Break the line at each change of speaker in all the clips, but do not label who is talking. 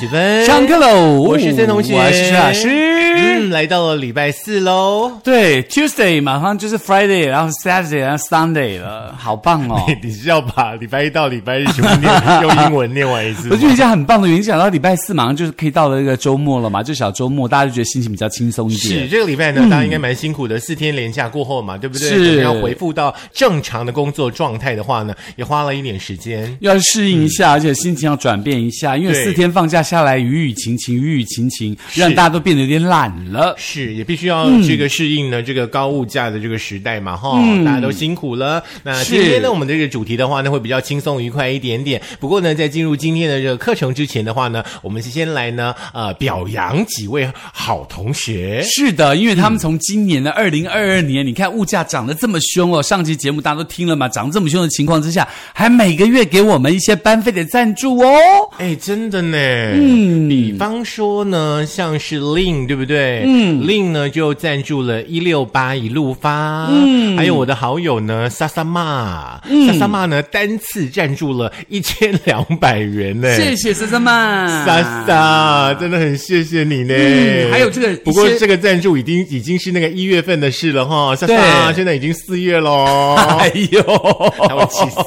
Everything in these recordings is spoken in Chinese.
许芬，
上课喽！
我是森同学，
我是老师。
嗯，来到了礼拜四喽。
对，Tuesday 马上就是 Friday，然后 Saturday，然后 Sunday 了，好棒哦！
你是要把礼拜一到礼拜日全部 念用英文念完一次吗
我？觉得这样很棒的原因，想到礼拜四马上就是可以到了一个周末了嘛，就小周末，大家就觉得心情比较轻松一
是
点。
这个礼拜呢，大家应该蛮辛苦的。四天连假过后嘛，对不对？
是
可能要回复到正常的工作状态的话呢，也花了一点时间。
要适应一下，而且心情要转变一下，因
嗯
为
对
四天放假下来，雨雨晴晴，雨雨晴晴，
是
让大家都变得有点懒了。
是，也必须要这个适应呢、这个高物价的这个时代嘛，哈、大家都辛苦了。那今天呢，我们的这个主题的话呢，会比较轻松愉快一点点。不过呢，在进入今天的这个课程之前的话呢，我们先来呢，呃，表扬几位好同学。
是的，因为他们从今年的二零二二年，你看物价涨得这么凶哦，上期节目大家都听了嘛，涨这么凶的情况之下，还每个月给我们一些班费的赞助哦。
哎，真的呢。嗯，比方说呢，像是 Lin 对不对？嗯，Lin 呢就赞助了一六八一路发。嗯，还有我的好友呢，莎莎妈，
嗯
莎莎妈呢单次赞助了一千两百元呢。
谢谢森森们，
莎莎，真的很谢谢你呢。
嗯还有这个
不过
一些
这个赞助已经已经是那个一月份的事了哈。莎莎，
对
现在已经四月喽，
哎呦，
把我气死。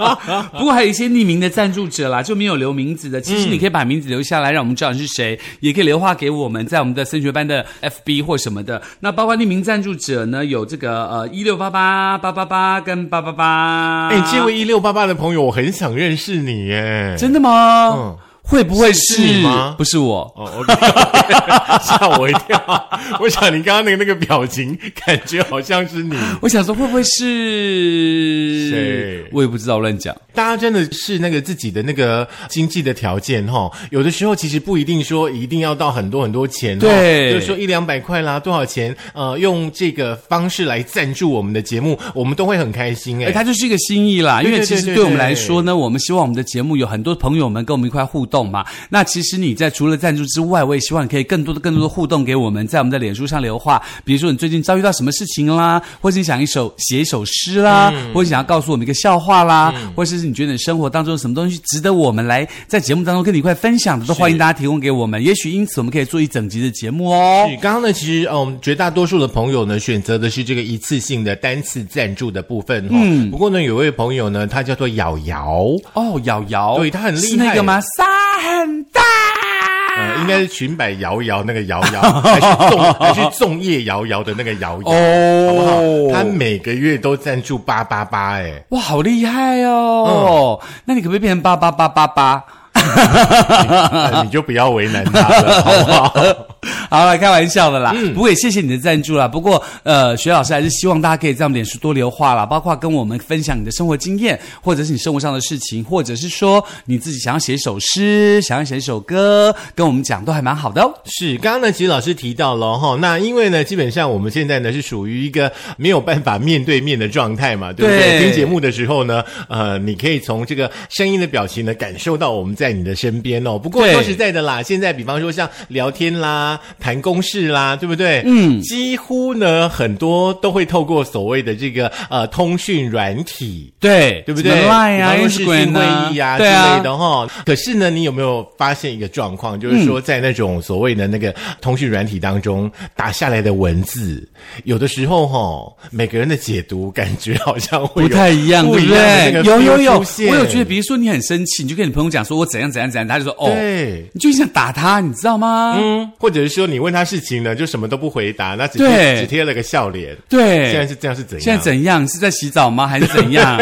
不过还有一些匿名的赞助者啦，就没有留名字的。其
嗯
实你可以把名字留下来，让我们知道你是谁，也可以留话给我们，在我们的升学班的 FB 或什么的。那包括匿名赞助者呢，有这个呃一六八八八八八跟八八八。
哎，这位一六八八的朋友，我很想认识你耶。
真的吗？会不会
嗯是是你吗
不是我。
哦，OK，吓 我一跳。我想你刚刚那个那个表情，感觉好像是你。
我想说，会不会是
谁
我也不知道，乱讲。
大家真的是那个自己的那个经济的条件哈、有的时候其实不一定说一定要到很多很多钱、哦，
对
就是说一两百块啦，多少钱？呃，用这个方式来赞助我们的节目，我们都会很开心哎、
哎，它就是一个心意啦，因
对
为
对
其
对
实
对
对我们来说呢，我们希望我们的节目有很多朋友们跟我们一块互动嘛。那其实你在除了赞助之外，我也希望你可以更多的、更多的互动给我们，在我们的脸书上留话，比如说你最近遭遇到什么事情啦，或者你想一首写一首诗啦，或者想要告诉我们一个笑话啦，或者是你觉得你生活当中有什么东西值得我们来在节目当中跟你一块分享的，都欢迎大家提供给我们。也许因此我们可以做一整集的节目哦。
是，刚刚呢，其实嗯，绝大多数的朋友呢，选择的是这个一次性的单次赞助的部分哈、不过呢，有位朋友呢，他叫做瑶瑶，
哦，瑶瑶，
对她很厉害
是那个吗？沙很大。
呃，应该是裙摆摇摇那个摇摇，还是粽还是粽叶摇摇的那个摇摇，
哦，，
好不好？他每个月都赞助八八八，哎
哇，好厉害哦！那你可不可以变成八八八八八？
呃你就不要为难他了，好不好？
好了，开玩笑的啦。
嗯
不过也谢谢你的赞助啦。不过呃，徐老师还是希望大家可以在我们脸书多留话啦，包括跟我们分享你的生活经验，或者是你生活上的事情，或者是说你自己想要写一首诗，想要写一首歌，跟我们讲都还蛮好的哦。
是，刚刚呢，其实老师提到了哈，那因为呢，基本上我们现在呢是属于一个没有办法面对面的状态嘛，对不对？
对
听节目的时候呢，呃，你可以从这个声音的表情呢，感受到我们在你的身边哦。不过
对
说实在的啦，现在比方说像聊天啦、谈公事啦，对不对？嗯，几乎呢很多都会透过所谓的这个呃通讯软体。
对，
对不对？
什么 Line 啊
比方说视讯
，Instagram 啊
会议啊之
对啊
类的哈。可是呢，你有没有发现一个状况，就是
嗯
说在那种所谓的那个通讯软体当中打下来的文字，有的时候哈，每个人的解读感觉好像会
不
有
太一样，
不
对
一
不
样
对
的那？个
有有
feel
有，
出现
我有觉得，比如说你很生气，你就跟你朋友讲说我怎样怎样怎样，他就说哦，
对。
你就想打他，你知道吗？
嗯，或者是说你问他事情呢，就什么都不回答，那只贴
对
只贴了个笑脸。
对，
现在是这样是怎样？
现在怎样？是在洗澡吗？还是怎 样？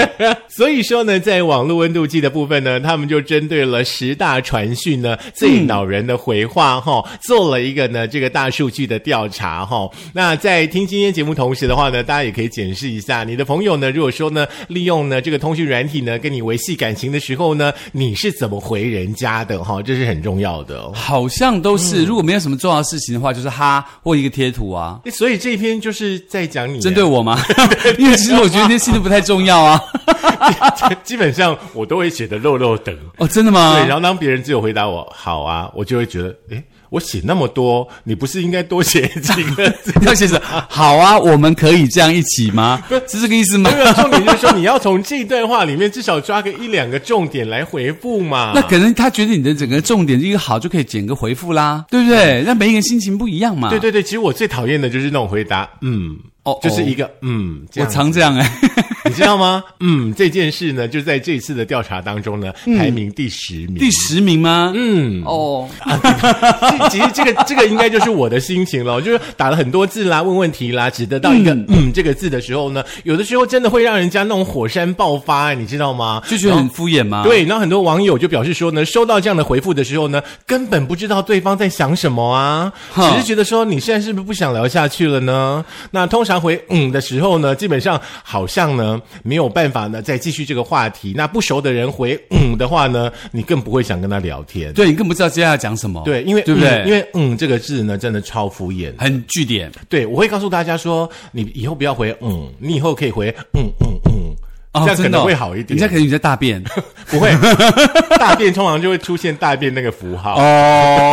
所以说呢，在网络温度计的部分呢，他们就针对了十大传讯呢最恼人的回话哈、做了一个呢这个大数据的调查哈、那在听今天节目同时的话呢，大家也可以检视一下你的朋友呢，如果说呢利用呢这个通讯软体呢跟你维系感情的时候呢，你是怎么回人家的哈、这是很重要的 哦。
好像都是，如果没有什么重要的事情的话，就是哈或一个贴图啊。
所以这篇就是在讲你、啊
针对我吗？ 因为其实我觉得那些事情不太重要啊。
基本上我都会写的肉肉等。
哦，真的吗
啊对，？然后当别人只有回答我好啊，我就会觉得，诶，我写那么多，你不是应该多写几个字？
要写什么？好啊，我们可以这样一起吗？是这个意思吗
没？有，重点就是说你要从这段话里面至少抓个一两个重点来回复嘛。
那可能他觉得你的整个重点一个好，就可以剪个回复啦，对不对？那每一个人心情不一样嘛。
嗯对对对，其实我最讨厌的就是那种回答，嗯，
哦
就是一个嗯，这
我
样。
常这样哎、
你知道吗？嗯，这件事呢，就在这次的调查当中呢，排名第十名。
第十名吗？嗯，哦，
这其实这个这个应该就是我的心情了，就是打了很多字啦，问问题啦，只得到一个嗯这个字的时候呢，有的时候真的会让人家那种火山爆发，你知道吗？
就觉得很啊敷衍吗？。
对，然后很多网友就表示说呢，收到这样的回复的时候呢，根本不知道对方在想什么啊，只
哼
是觉得说你现在是不是不想聊下去了呢？那通常回嗯的时候呢，基本上好像呢没有办法呢再继续这个话题。那不熟的人回嗯的话呢，你更不会想跟他聊天。
对你更不知道接下来讲什么，
对，因为
对不
嗯
对？
因为嗯这个字呢，真的超敷衍。
很据点，
对，我会告诉大家说，你以后不要回嗯，你以后可以回嗯嗯嗯，
哦
这样可
真的
能
哦
会好一点。
人家可能你在 大便
不会，大便通常就会出现大便那个符号。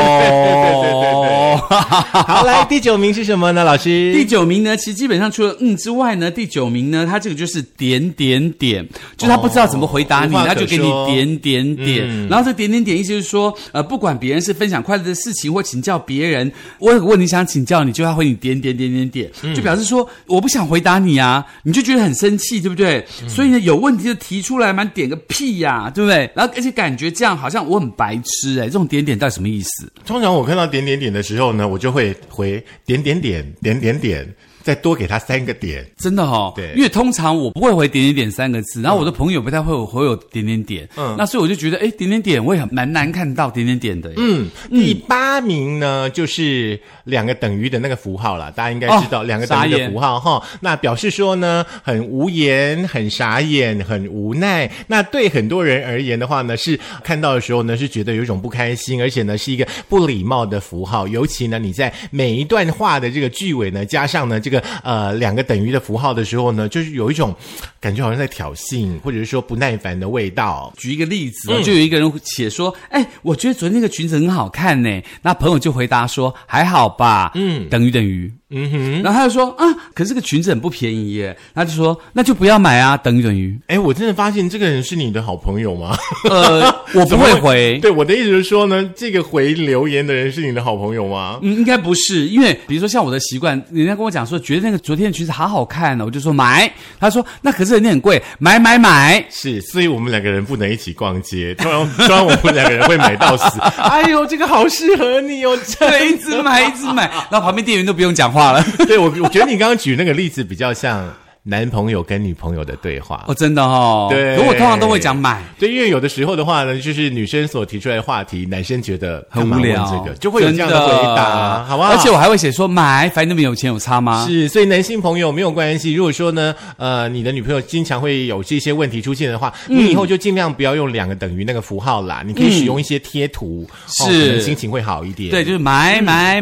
哦。
好，来第九名是什么呢？老师，
第九名呢，其实基本上除了嗯之外呢，第九名呢，他这个就是点点点，就是他不知道怎么回答
哦
你，
无话可
他就给你
说嗯
点点点。然后这个点点点意思就是说，呃，不管别人是分享快乐的事情或请教别人，我有个问题想请教你，就要回你点点点点点，
嗯
就表示说我不想回答你啊，你就觉得很生气，对不对？
嗯
所以呢，有问题就提出来嘛，你点个屁呀、对不对？然后而且感觉这样好像我很白痴哎、这种点点到底什么意思？
通常我看到点点点的时候呢，我就会回点点点点点点，再多给他三个点。
真的哈、哦，
对
因为通常我不会回点点点三个字，然后我的朋友不太会回我点点点，嗯嗯，那所以我就觉得，哎，点点点我也很蛮难看到点点点的，嗯，
嗯，第八名呢就是两个等于的那个符号啦，大家应该知道、
哦
两个等于
傻
的
眼
符号哈。那表示说呢，很无言、很傻眼、很无奈。那对很多人而言的话呢，是看到的时候呢，是觉得有一种不开心，而且呢是一个不礼貌的符号。尤其呢，你在每一段话的这个句尾呢，加上呢这个呃两个等于的符号的时候呢，就是有一种感觉好像在挑衅，或者是说不耐烦的味道。
举一个例子哦，就有一个人写说，哎，我觉得昨天那个裙子很好看呢，那朋友就回答说，还好吧，嗯，等于等于。嗯哼，然后他就说啊，可是这个裙子很不便宜耶。他就说那就不要买啊，等于等于。
哎，我真的发现这个人是你的好朋友吗？
呃，我不
怎么
会回，
对，我的意思是说呢，这个回留言的人是你的好朋友吗？
嗯，应该不是，因为比如说像我的习惯，人家跟我讲说，觉得那个昨天的裙子好好看呢、哦我就说买。他说那可是人家很贵，买买买。
是，所以我们两个人不能一起逛街，不然 不然我们两个人会买到死。哎呦，这个好适合你哦，真的
对，一直买，一直买，然后旁边店员都不用讲话了。
对我我觉得你刚刚举那个例子比较像男朋友跟女朋友的对话。
哦，真的哦。
对
可我通常都会讲买。
对，因为有的时候的话呢，就是女生所提出来的话题，男生觉得
很
干嘛
无
问
聊，
这个就会有这样
真
的回答，啊好不好？
而且我还会写说买，反正那么有钱有差吗？
是，所以男性朋友没有关系。如果说呢，呃，你的女朋友经常会有这些问题出现的话，
嗯
你以后就尽量不要用两个等于那个符号啦，你可以使用一些贴图，哦、
嗯是
可能心情会好一点。
对，就是买买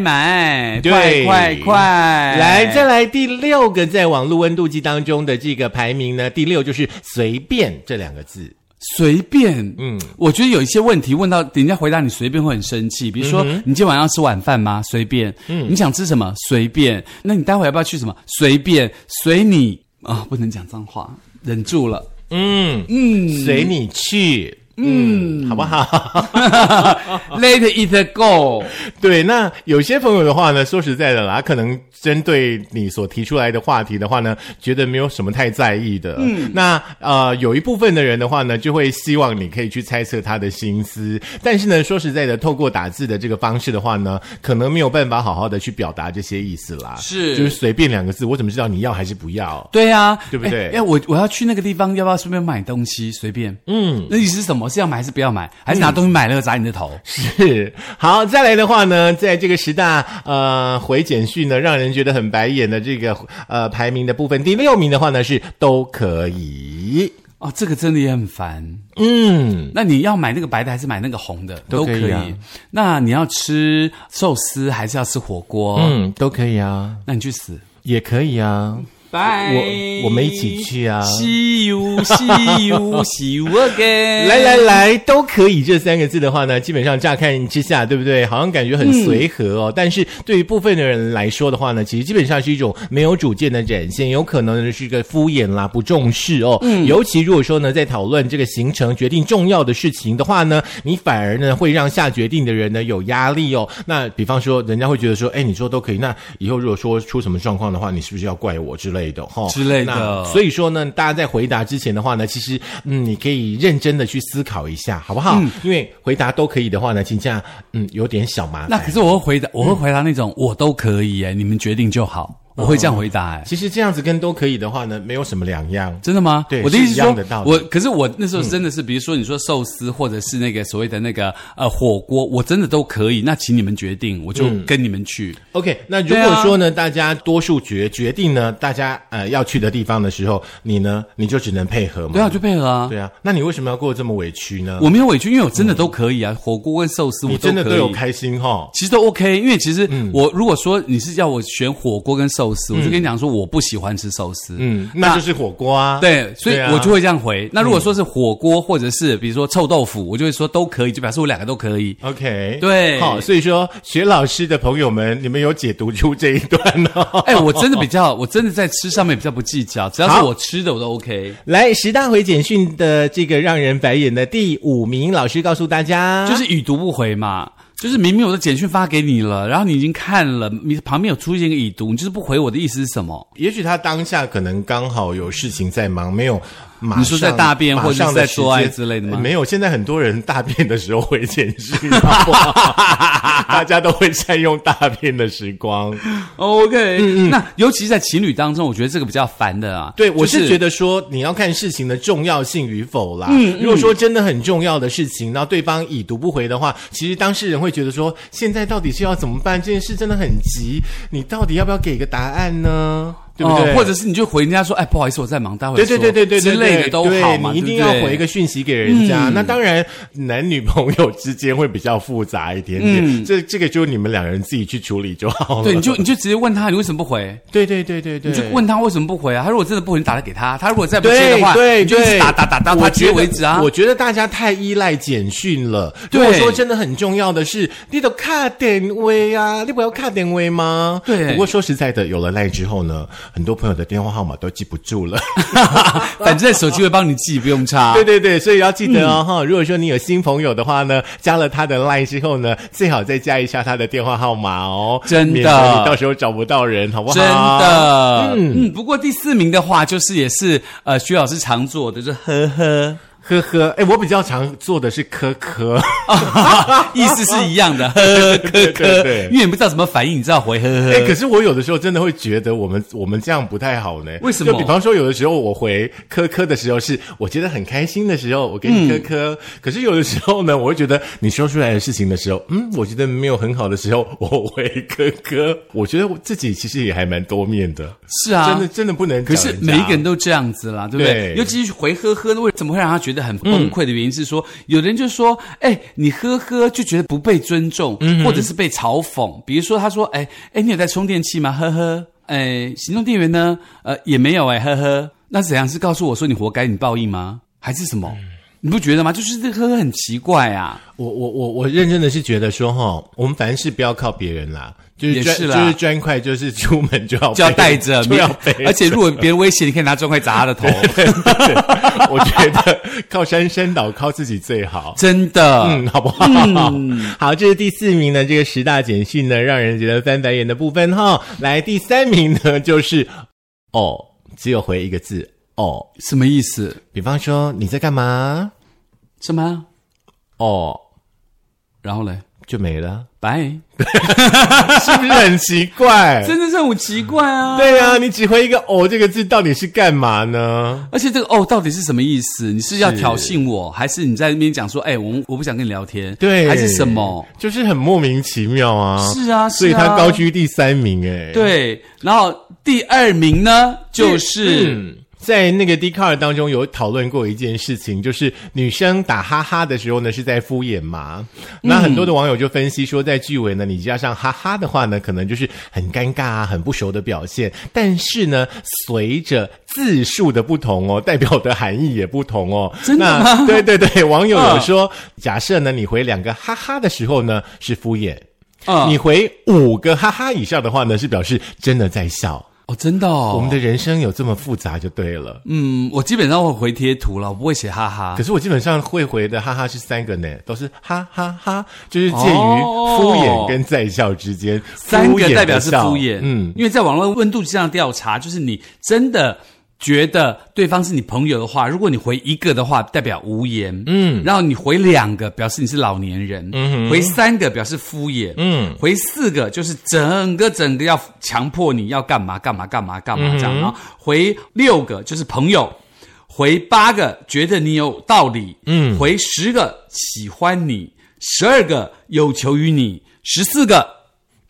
嗯
买，快
对
快快！哎
来，再来第六个，在网络温度计当中的这个排名呢，第六就是“随便”这两个字。
随便，嗯，我觉得有一些问题问到人家回答你随便会很生气，比如说、你今天晚上要吃晚饭吗？随便，嗯，你想吃什么？随便，那你待会要不要去什么？随便，随你啊、不能讲脏话，忍住了。
嗯嗯，随你去。嗯，好不好？
Let it go，
对，那有些朋友的话呢，说实在的啦，可能针对你所提出来的话题的话呢，觉得没有什么太在意的。嗯，那呃，有一部分的人的话呢，就会希望你可以去猜测他的心思，但是呢，说实在的，透过打字的这个方式的话呢，可能没有办法好好的去表达这些意思啦。
是
就是随便两个字，我怎么知道你要还是不要？
对啊，
对不对
哎、哎我我要去那个地方，要不要顺便买东西？随便，嗯，那意思是什么？是要买还是不要买？还是拿东西买了砸你的头？
是 好，再来的话呢，在这个十大呃回简讯呢，让人觉得很白眼的这个呃排名的部分，第六名的话呢是都可以，
哦，这个真的也很烦。
嗯，
那你要买那个白的还是买那个红的
都可以啊
那你要吃寿司还是要吃火锅？
嗯嗯，都可以啊，
那你去死！
也可以啊，
拜。
我我们一起去啊
See you, see you, see you again。
来来来，都可以这三个字的话呢，基本上乍看之下，对不对？好像感觉很随和哦，但是对于部分的人来说的话呢，其实基本上是一种没有主见的展现，有可能是一个敷衍啦、不重视哦。嗯，尤其如果说呢，在讨论这个行程、决定重要的事情的话呢，你反而呢会让下决定的人呢有压力哦。那比方说，人家会觉得说，哎，你说都可以，那以后如果说出什么状况的话，你是不是要怪我之类的？哈、
之类的
那所以说呢，大家在回答之前的话呢，其实嗯，你可以认真的去思考一下，好不
嗯
好？因为回答都可以的话呢，请这样嗯有点小麻烦。
那可是我会回答，我会回答那种、我都可以耶，你们决定就好，
嗯
我会这样回答哎。
其实这样子跟都可以的话呢，没有什么两样。
真的吗？
对
我的意思
是一
说
样的道，理嗯
我可是我那时候真的是，比如说你说寿司或者是那个所谓的那个呃火锅，我真的都可以。那请你们决定，我就
嗯
跟你们去。
OK，那如
啊
果说呢，大家多数决决定呢，大家呃要去的地方的时候，你呢你就只能配合嘛。
对啊，就配合啊。
对啊，那你为什么要过得这么委屈呢？
我没有委屈，因为我真的都可以啊，火锅跟寿司
嗯
我
你
都
真
可
的都
以。
有开嗯心哈、
其实都 OK，因为其实我如果说你是要我选火锅跟寿司，我就跟你讲说我不喜欢吃寿司，
嗯，那就是火锅啊。
对，所以
对啊
我就会这样回。那如果说是火锅或者是比如说臭豆腐，我就会说都可以，就表示我两个都可以。
OK，
对
好，所以说学老师的朋友们，你们有解读出这一段哦。
哎，我真的比较，我真的在吃上面比较不计较，只要是我吃的我都 OK。
来，十大回简讯的这个让人白眼的第五名，老师告诉大家，
就是已读不回嘛，就是明明我的简讯发给你了，然后你已经看了，你旁边有出现一个已读，你就是不回我的意思是什么？
也许他当下可能刚好有事情在忙，没有马上。
你说在大便或者是
马上的
在做爱
时间
之类的吗
没有，现在很多人大便的时候回简讯，好不 好大家都会善用大便的时光。
OK，那尤其是在情侣当中，我觉得这个比较烦的啊。
嗯对，我
就是
觉得说你要看事情的重要性与否啦。
嗯
如果说真的很重要的事情，然后对方已读不回的话，其实当事人会觉得说，现在到底是要怎么办？这件事真的很急，你到底要不要给个答案呢？对不对？
哦或者是你就回人家说，哎，不好意思，我在忙，待会
对
说
对对对对对
之类的
对
都
对
好嘛，
你一定
对不
要
对嗯
回一个讯息给人家。那当然，男女朋友之间会比较复杂一点点，这这个就你们两个人自己去处理就好了。
嗯对，你就你就直接问他，你为什么不回？
对对对对对，
你就问他为什么不回啊？他如果真的不回，你打来给他；他如果再不接
对
的话，
对
你就一直
对，
打打打到他
我觉
接
得
为止啊。
我觉得大家太依赖简讯了。
对
如果说真的很重要的事，你都卡点位啊，你不要卡点位吗？
对
不过说实在的，有了赖之后呢，很多朋友的电话号码都记不住 了。
反正手机会帮你记，不用插。
对对对，所以要记得哦哈、如果说你有新朋友的话呢，加了他的 line 之后呢，最好再加一下他的电话号码哦，
真的
免得你到时候找不到人，好不好？
真。的，嗯不过第四名的话，就是也是呃，徐老师常做的，就是 呵呵，
呵呵，哎，我比较常做的是科 科，
意思是一样的，呵呵
对
呵
对
呵
对，
因为你不知道怎么反应，你知道回呵呵
哎、可是我有的时候真的会觉得我们我们这样不太好呢。
为什么
就比方说，有的时候我回科科的时候是我觉得很开心的时候，我给你科科。可是有的时候呢，我会觉得你说出来的事情的时候，嗯，我觉得没有很好的时候，我回科科。我觉得我自己其实也还蛮多面的，
是啊，
真的真的不能
可
讲人家。
是每一个人都这样子啦，对不
对
对？尤其是回呵呵，为怎么会让他觉得很崩溃的原因是说，有的人就说，哎，你呵呵就觉得不被尊重，或者是被嘲讽。比如说他说，哎哎，你有在充电器吗？呵呵，哎，行动电源呢？呃，也没有哎，呵呵。那怎样是告诉我说你活该，你报应吗？还是什么？你不觉得吗？就是这个呵呵很奇怪啊。
我我我我认真的是觉得说哈，我们凡事不要靠别人啦，就是
也
砖
是啦
就是砖块，就是出门就要
就要
背
带着，
就要背
而且如果别人威胁，你可以拿砖块砸他 的头。
我觉得靠山山倒，靠自己最好。
真的，
嗯，好不好？好，这是第四名呢，这个十大简讯呢，让人觉得翻白眼的部分哈。来，第三名呢就是哦，只有回一个字哦。
什么意思？
比方说你在干嘛？
什么？
哦，
然后嘞？
就没了，
拜。
是不是很奇 怪？
真的是很奇怪啊。
对啊，你只回一个哦这个字，到底是干嘛呢？
而且这个哦，到底是什么意思？你是要挑衅我，还是你在那边讲说，哎、我们我不想跟你聊天，
对，
还是什么？？
就是很莫名其妙啊。
是啊，
所以
是啊
他高居第三名哎、。
对。然后第二名呢，就是、
嗯在那个 d c a r 当中有讨论过一件事情，就是女生打哈哈的时候呢是在敷衍嘛？
嗯
那很多的网友就分析说，在句尾呢你加上哈哈的话呢，可能就是很尴尬啊、很不熟的表现。但是呢，随着字数的不同哦，代表的含义也不同哦。
真的吗
那
嗯
对 对对，网友有说，假设呢你回两个哈哈的时候呢是敷衍。
嗯
你回五个哈哈以上的话呢，是表示真的在笑。
哦，真的哦，
我们的人生有这么复杂就对了。
嗯，我基本上会回贴图了，我不会写哈哈
可。是我基本上会回的哈哈是三个呢，都是哈哈哈就是介于
哦
敷衍跟在笑之间，
三
敷衍
个
的
代表是
笑
敷衍，
嗯。
因为在网络温度计上调查，就是你真的觉得对方是你朋友的话，如果你回一个的话，代表无言，嗯，然后你回两个，表示你是老年人，嗯，回三个表示敷衍，嗯，回四个就是整个整个要强迫你要干嘛干嘛干嘛干嘛这样，然后回六个就是朋友。回八个觉得你有道理，嗯，回十个喜欢你，十二个有求于你，十四个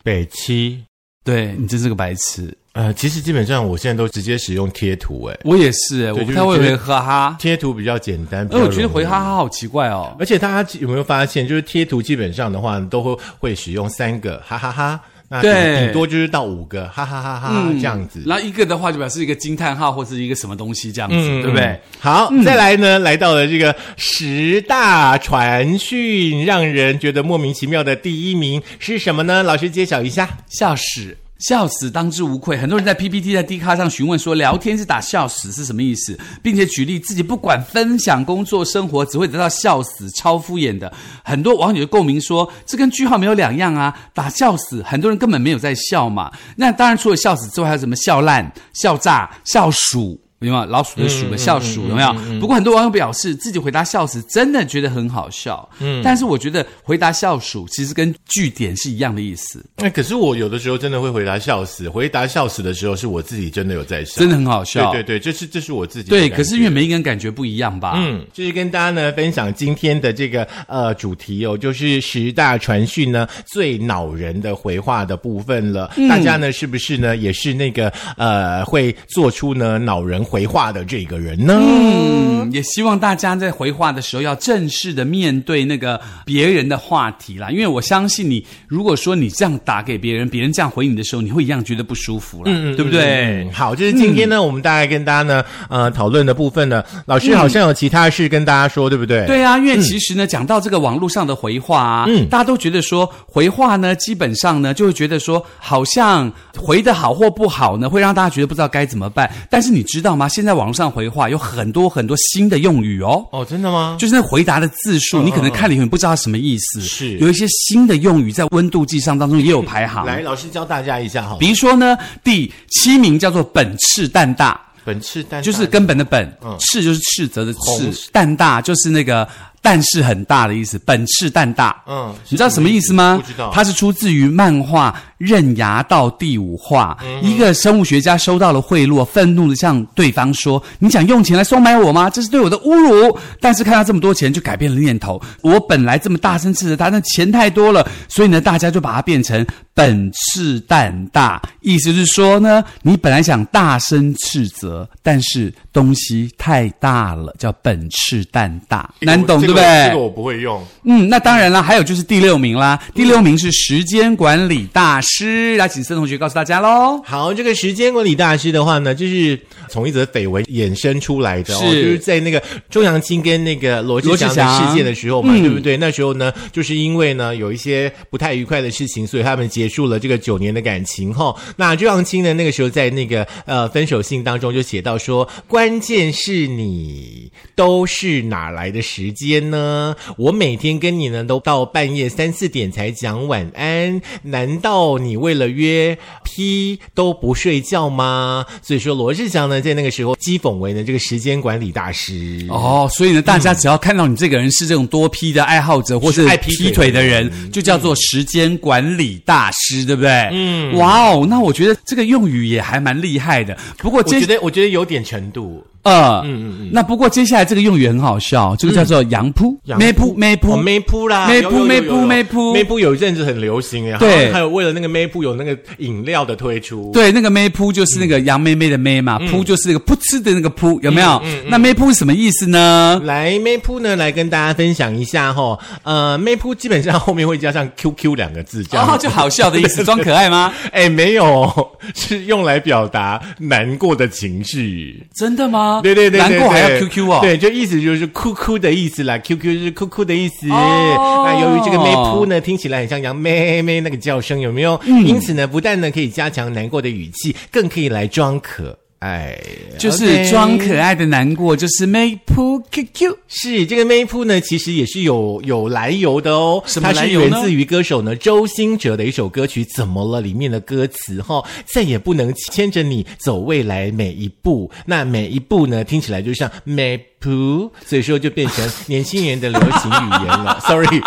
北七，
对你真是个白痴，
呃，其实基本上我现在都直接使用贴图，哎，
我也是哎，我
对
不
就是
太会
觉得
回哈哈，
贴图比较简单。
哎因为我
比较
觉得
容易
回哈哈好奇怪哦。
而且大家有没有发现，就是贴图基本上的话，都会会使用三个哈哈哈，那顶
对
顶多就是到五个哈哈哈哈、
嗯啊
这样子。
然后一个的话就表示一个惊叹号或是一个什么东西这样子，
嗯，
对不对？？
好，再来呢，来到了这个十大传讯，让人觉得莫名其妙的第一名是什么呢？老师揭晓一下。
笑死。笑死，当之无愧。很多人在 PPT、在 D 卡上询问说，聊天是打笑死是什么意思，并且举例自己不管分享工作、生活，只会得到笑死，超敷衍的。很多网友就共鸣说，这跟句号没有两样啊，打笑死，很多人根本没有在笑嘛。那当然，除了笑死之外，还有什么笑烂、笑炸、笑鼠。有没有老鼠的鼠的笑鼠有没有？不过很多网友表示自己回答笑死真的觉得很好笑，嗯，但是我觉得回答笑鼠其实跟句点是一样的意思。
那、可是我有的时候真的会回答笑死，回答笑死的时候是我自己真的有在笑，
真的很好笑。
对对对，这是这是我自己的
对
感
可是
觉
因为每一个人感觉不一样吧。
嗯，就是跟大家呢分享今天的这个呃主题哦，就是十大传讯呢最恼人的回话的部分了。
嗯
大家呢是不是呢也是那个呃会做出呢恼人回话的这个人呢？
嗯，也希望大家在回话的时候要正式的面对那个别人的话题啦，因为我相信你，如果说你这样打给别人，别人这样回你的时候，你会一样觉得不舒服啦，对不对？
嗯好，就是今天呢，我们大概跟大家呢呃讨论的部分呢，老师好像有其他事跟大家说，对不对？。
对啊，因为其实呢，讲到这个网络上的回话啊，
嗯
大家都觉得说回话呢，基本上呢，就会觉得说，好像回的好或不好呢，会让大家觉得不知道该怎么办。但是你知道吗？现在网络上回话有很多很多新的用语哦。
哦，真的吗？
就是那回答的字数，你可能看了以后你不知道它什么意思。
嗯是
有一些新的用语在温度计上当中也有排行。
来，老师教大家一下哈，
比如说呢，第七名叫做本赤蛋大，
本次单
就是根本的本
嗯，
斥就是斥责的
红
斥，蛋大就是那个但是很大的意思，本斥蛋大。
嗯
你知道什么意思吗？
不知道
它是出自于漫画《刃牙道第五话》，
嗯
一个生物学家收到了贿赂，愤怒的向对方说：“你想用钱来收买我吗？这是对我的侮辱！”但是看到这么多钱，就改变了念头。我本来这么大声斥责他，但钱太多了，所以呢，大家就把它变成本斥蛋大，意思是说呢，你本来想大声斥责，但是东西太大了，叫本斥蛋大，难懂、
哎这
对
个
不对？
这个我不会用。
嗯，那当然啦，还有就是第六名啦，第六名是时间管理大师，来请森同学告诉大家喽。
好，这个时间管理大师的话呢，就是从一则绯闻衍生出来的哦，
是
就是在那个周扬青跟那个罗志
罗志
祥的
祥
事件的时候嘛，
嗯
对不对？那时候呢，就是因为呢有一些不太愉快的事情，所以他们结束了这个九年的感情后、那周扬青呢，那个时候在那个呃分手信当中就写到说，关键是你都是哪来的时间呢？我每天跟你呢都到半夜三四点才讲晚安，难道你为了约 P 都不睡觉吗？所以说罗志祥呢，在那个时候讥讽为呢这个时间管理大师。
哦，所以呢，大家只要看到你这个人是这种多批的爱好者，或是
是
爱劈腿的人，就叫做时间管理大师，对不对？嗯，哇哦，那我觉得这个用语也还蛮厉害的。不过
我
接
觉得，我觉得有点程度。
呃，嗯嗯嗯。那不过接下来这个用语很好笑，这个叫做“羊扑”、“
羊
咩扑”、“咩
哦，
扑”。
梅铺啦，
梅
有
铺
有
梅
有有
铺
有
梅铺
梅铺有一阵子很流行耶，
对
好像还有为了那个梅铺有那个饮料的推出，
对，那个咩扑就是那个杨妹妹的妹嘛，扑就是那个噗嗤的那个扑，有没有？那咩扑是什么意思呢？
来梅铺呢，来跟大家分享一下哈、呃，梅铺基本上后面会加上 QQ 两个字，这
然
样
后哦就好笑的 意思，装可爱吗？
哎，没有， 是用来表达难过的情绪。
真的吗？
对对对，
难
对
过还要
对
QQ 哦。
对，就意思就是哭哭的意思啦，QQ 就是哭哭的意思。
哦
那由于这个妹扑呢，听起来很像羊妹妹那个叫声，有没有？
嗯
因此呢，不但呢可以加强难过的语气，更可以来装可哎爱，
就是装可。爱的难过，就是妹扑 QQ。
是这个妹夫呢，其实也是有有来由的哦。
什么
它
来
是
由呢
源自于歌手呢周兴哲的一首歌曲《怎么了》里面的歌词哈、再也不能牵着你走未来每一步。那每一步呢，听起来就像妹夫，所以说就变成年轻人的流行语言 了。Sorry，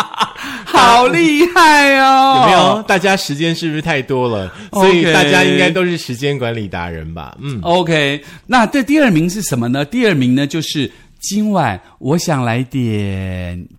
好厉害哦！
有没有？大家时间是不是太多了？所以
OK
大家应该都是时间管理达人吧？嗯。
？OK，那这第二名是什么呢？第二名呢就是。今晚我想来点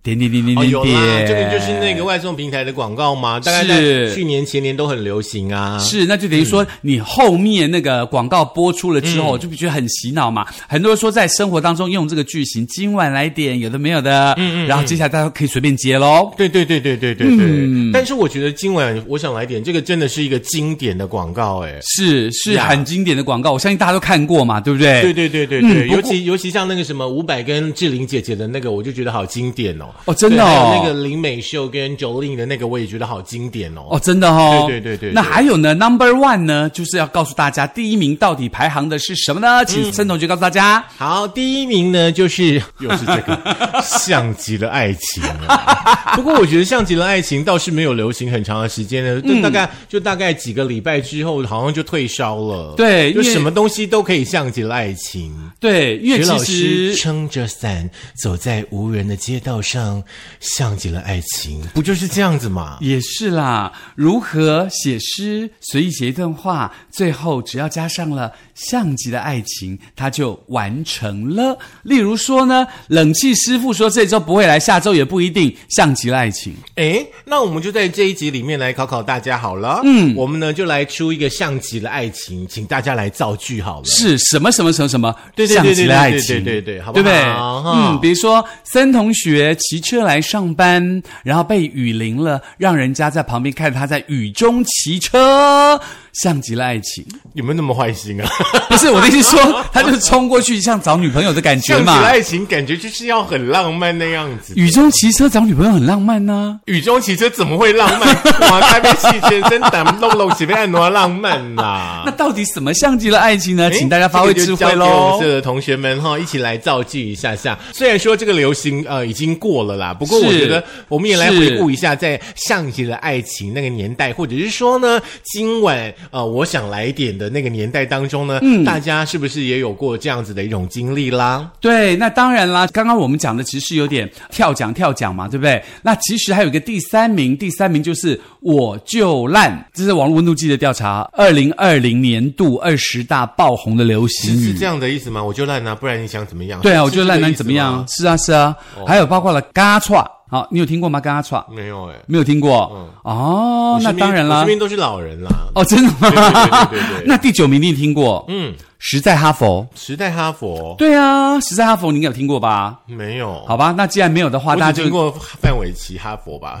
点点点点
哦，有
点
啦，
点，
这个就是那个外送平台的广告嘛，大概
是
在去年前年都很流行啊。
是，那就等于说你后面那个广告播出了之后，
嗯
就必须很洗脑嘛。很多人说在生活当中用这个句型，今晚来点有的没有的，嗯嗯然后接下来大家可以随便接喽。
对对对对对对对。
嗯
但是我觉得今晚我想来点这个，真的是一个经典的广告哎。
是是
呀
很经典的广告，我相信大家都看过嘛，对不对？
对对对对对，
嗯不
尤
过
其尤其像那个什么伍佰跟志玲姐姐的那个，我就觉得好经典哦。
哦真的
对还有
哦
那个林美秀跟 Jolin 的那个，我也觉得好经典哦。
哦，真的哦，
对对对对对
那还有呢，Number One 呢，就是要告诉大家第一名到底排行的是什么
嗯
呢？请申同学告诉大家。
好，第一名呢就是 又是这 个像极了爱情、啊。不过我觉得像极了爱情倒是没有流行很长的时间呢，
嗯
就大概、就大概几个礼拜之后，好像就退烧了。
对
就
因为
什么东西都可以像极了爱情。
对，因为
徐
其
老师
实
撑着伞走在无人的街道上，像极了爱情，不就是这样子吗？
也是啦，如何写诗，随意写一段话，最后只要加上了像极的爱情，它就完成了。例如说呢，冷气师傅说这周不会来，下周也不一定，像极了爱情。
诶，哎那我们就在这一集里面来考考大家好了。嗯，我们呢就来出一个像极了爱情，请大家来造句好了。
是什么什么什么什么，
对对对
像极了爱
对
情，
对对对对好不
对
好
不对？
哈
嗯，比如说森同学骑车来上班，然后被雨淋了，让人家在旁边看着他在雨中骑车，像极了爱 情。
有没有那么坏心啊？
不是我的意思说，他就冲过去像找女朋友的感觉
像极了
嘛。
爱情，感觉就是要很浪漫那样子。
雨中骑车找女朋友很浪漫呢、
雨中骑车怎么会浪 漫？哇，台北戏全身胆弄弄，岂被按挪浪漫啊啦、
那到底什么像极了爱情呢？
诶
请大家发挥
哎
智慧
这个就交给
喽
我。们的同学们哈，一起来造句一下下。虽然说这个流行呃已经过了啦，不过
是
我觉得我们也来回顾一下，在上集的爱情那个年代，或者是说呢，今晚呃我想来点的那个年代当中呢，
嗯
大家是不是也有过这样子的一种经历啦？
对，那当然啦，刚刚我们讲的其实有点跳奖跳奖嘛，对不对？那其实还有一个第三名，第三名就是我就烂，这是网络温度计的调查，二零二零年度二十大爆红的流行
是
语
是。这样的意思吗？我就烂啊，不然你想怎么样？
对啊，
是
我就
是这个
烂
意
男
思
怎么样
吗？？
是啊，是啊，
哦
还有包括了嘎歘，好，你有听过吗？嘎歘
没有哎、
没有听过？哦，
我
那
身边
当然
我
啦
身。边都是老人啦。
哦，真的
对对
吗？
对对对
那第九名你一定听过，
嗯，
实在哈佛。
时代哈佛
对啊，实在哈佛你应该有听过吧？
没有。
好吧，那既然没有的话，
哦我
大家
只
就
听过范玮琪哈佛吧。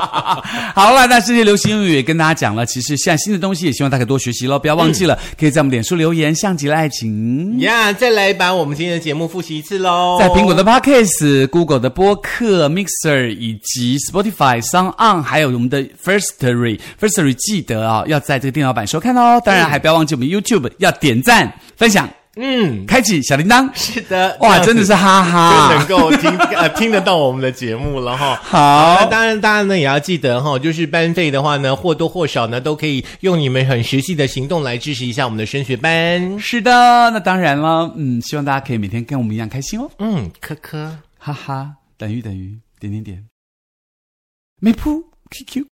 好了，那这些流行英语也跟大家讲了，其实现在新的东西也希望大家多学习喽，不要忘记了，可以在我们脸书留言，像极了爱情。
呀再来把我们今天的节目复习一次喽。
在苹果的 Podcast、Google 的播客、Mixer 以及 Spotify、s o n On，还有我们的 Firstory、Firstory，记得啊、要在这个电脑版收看哦。当然，还不要忘记我们 YouTube 要点赞、分享、
嗯，
开启小铃铛。
是的，这
哇，
样子
真的是啊哈
就
哈
能！够听 呃听得到我们的节目了哈。
好
那当然，大家呢也要记得哈，就是班费的话呢，或多或少呢都可以用你们很实际的行动来支持一下我们的升学班。
是的，那当然了，嗯，希望大家可以每天跟我们一样开心哦。
嗯，科科。
哈哈，等于等于点点点，没铺 QQ。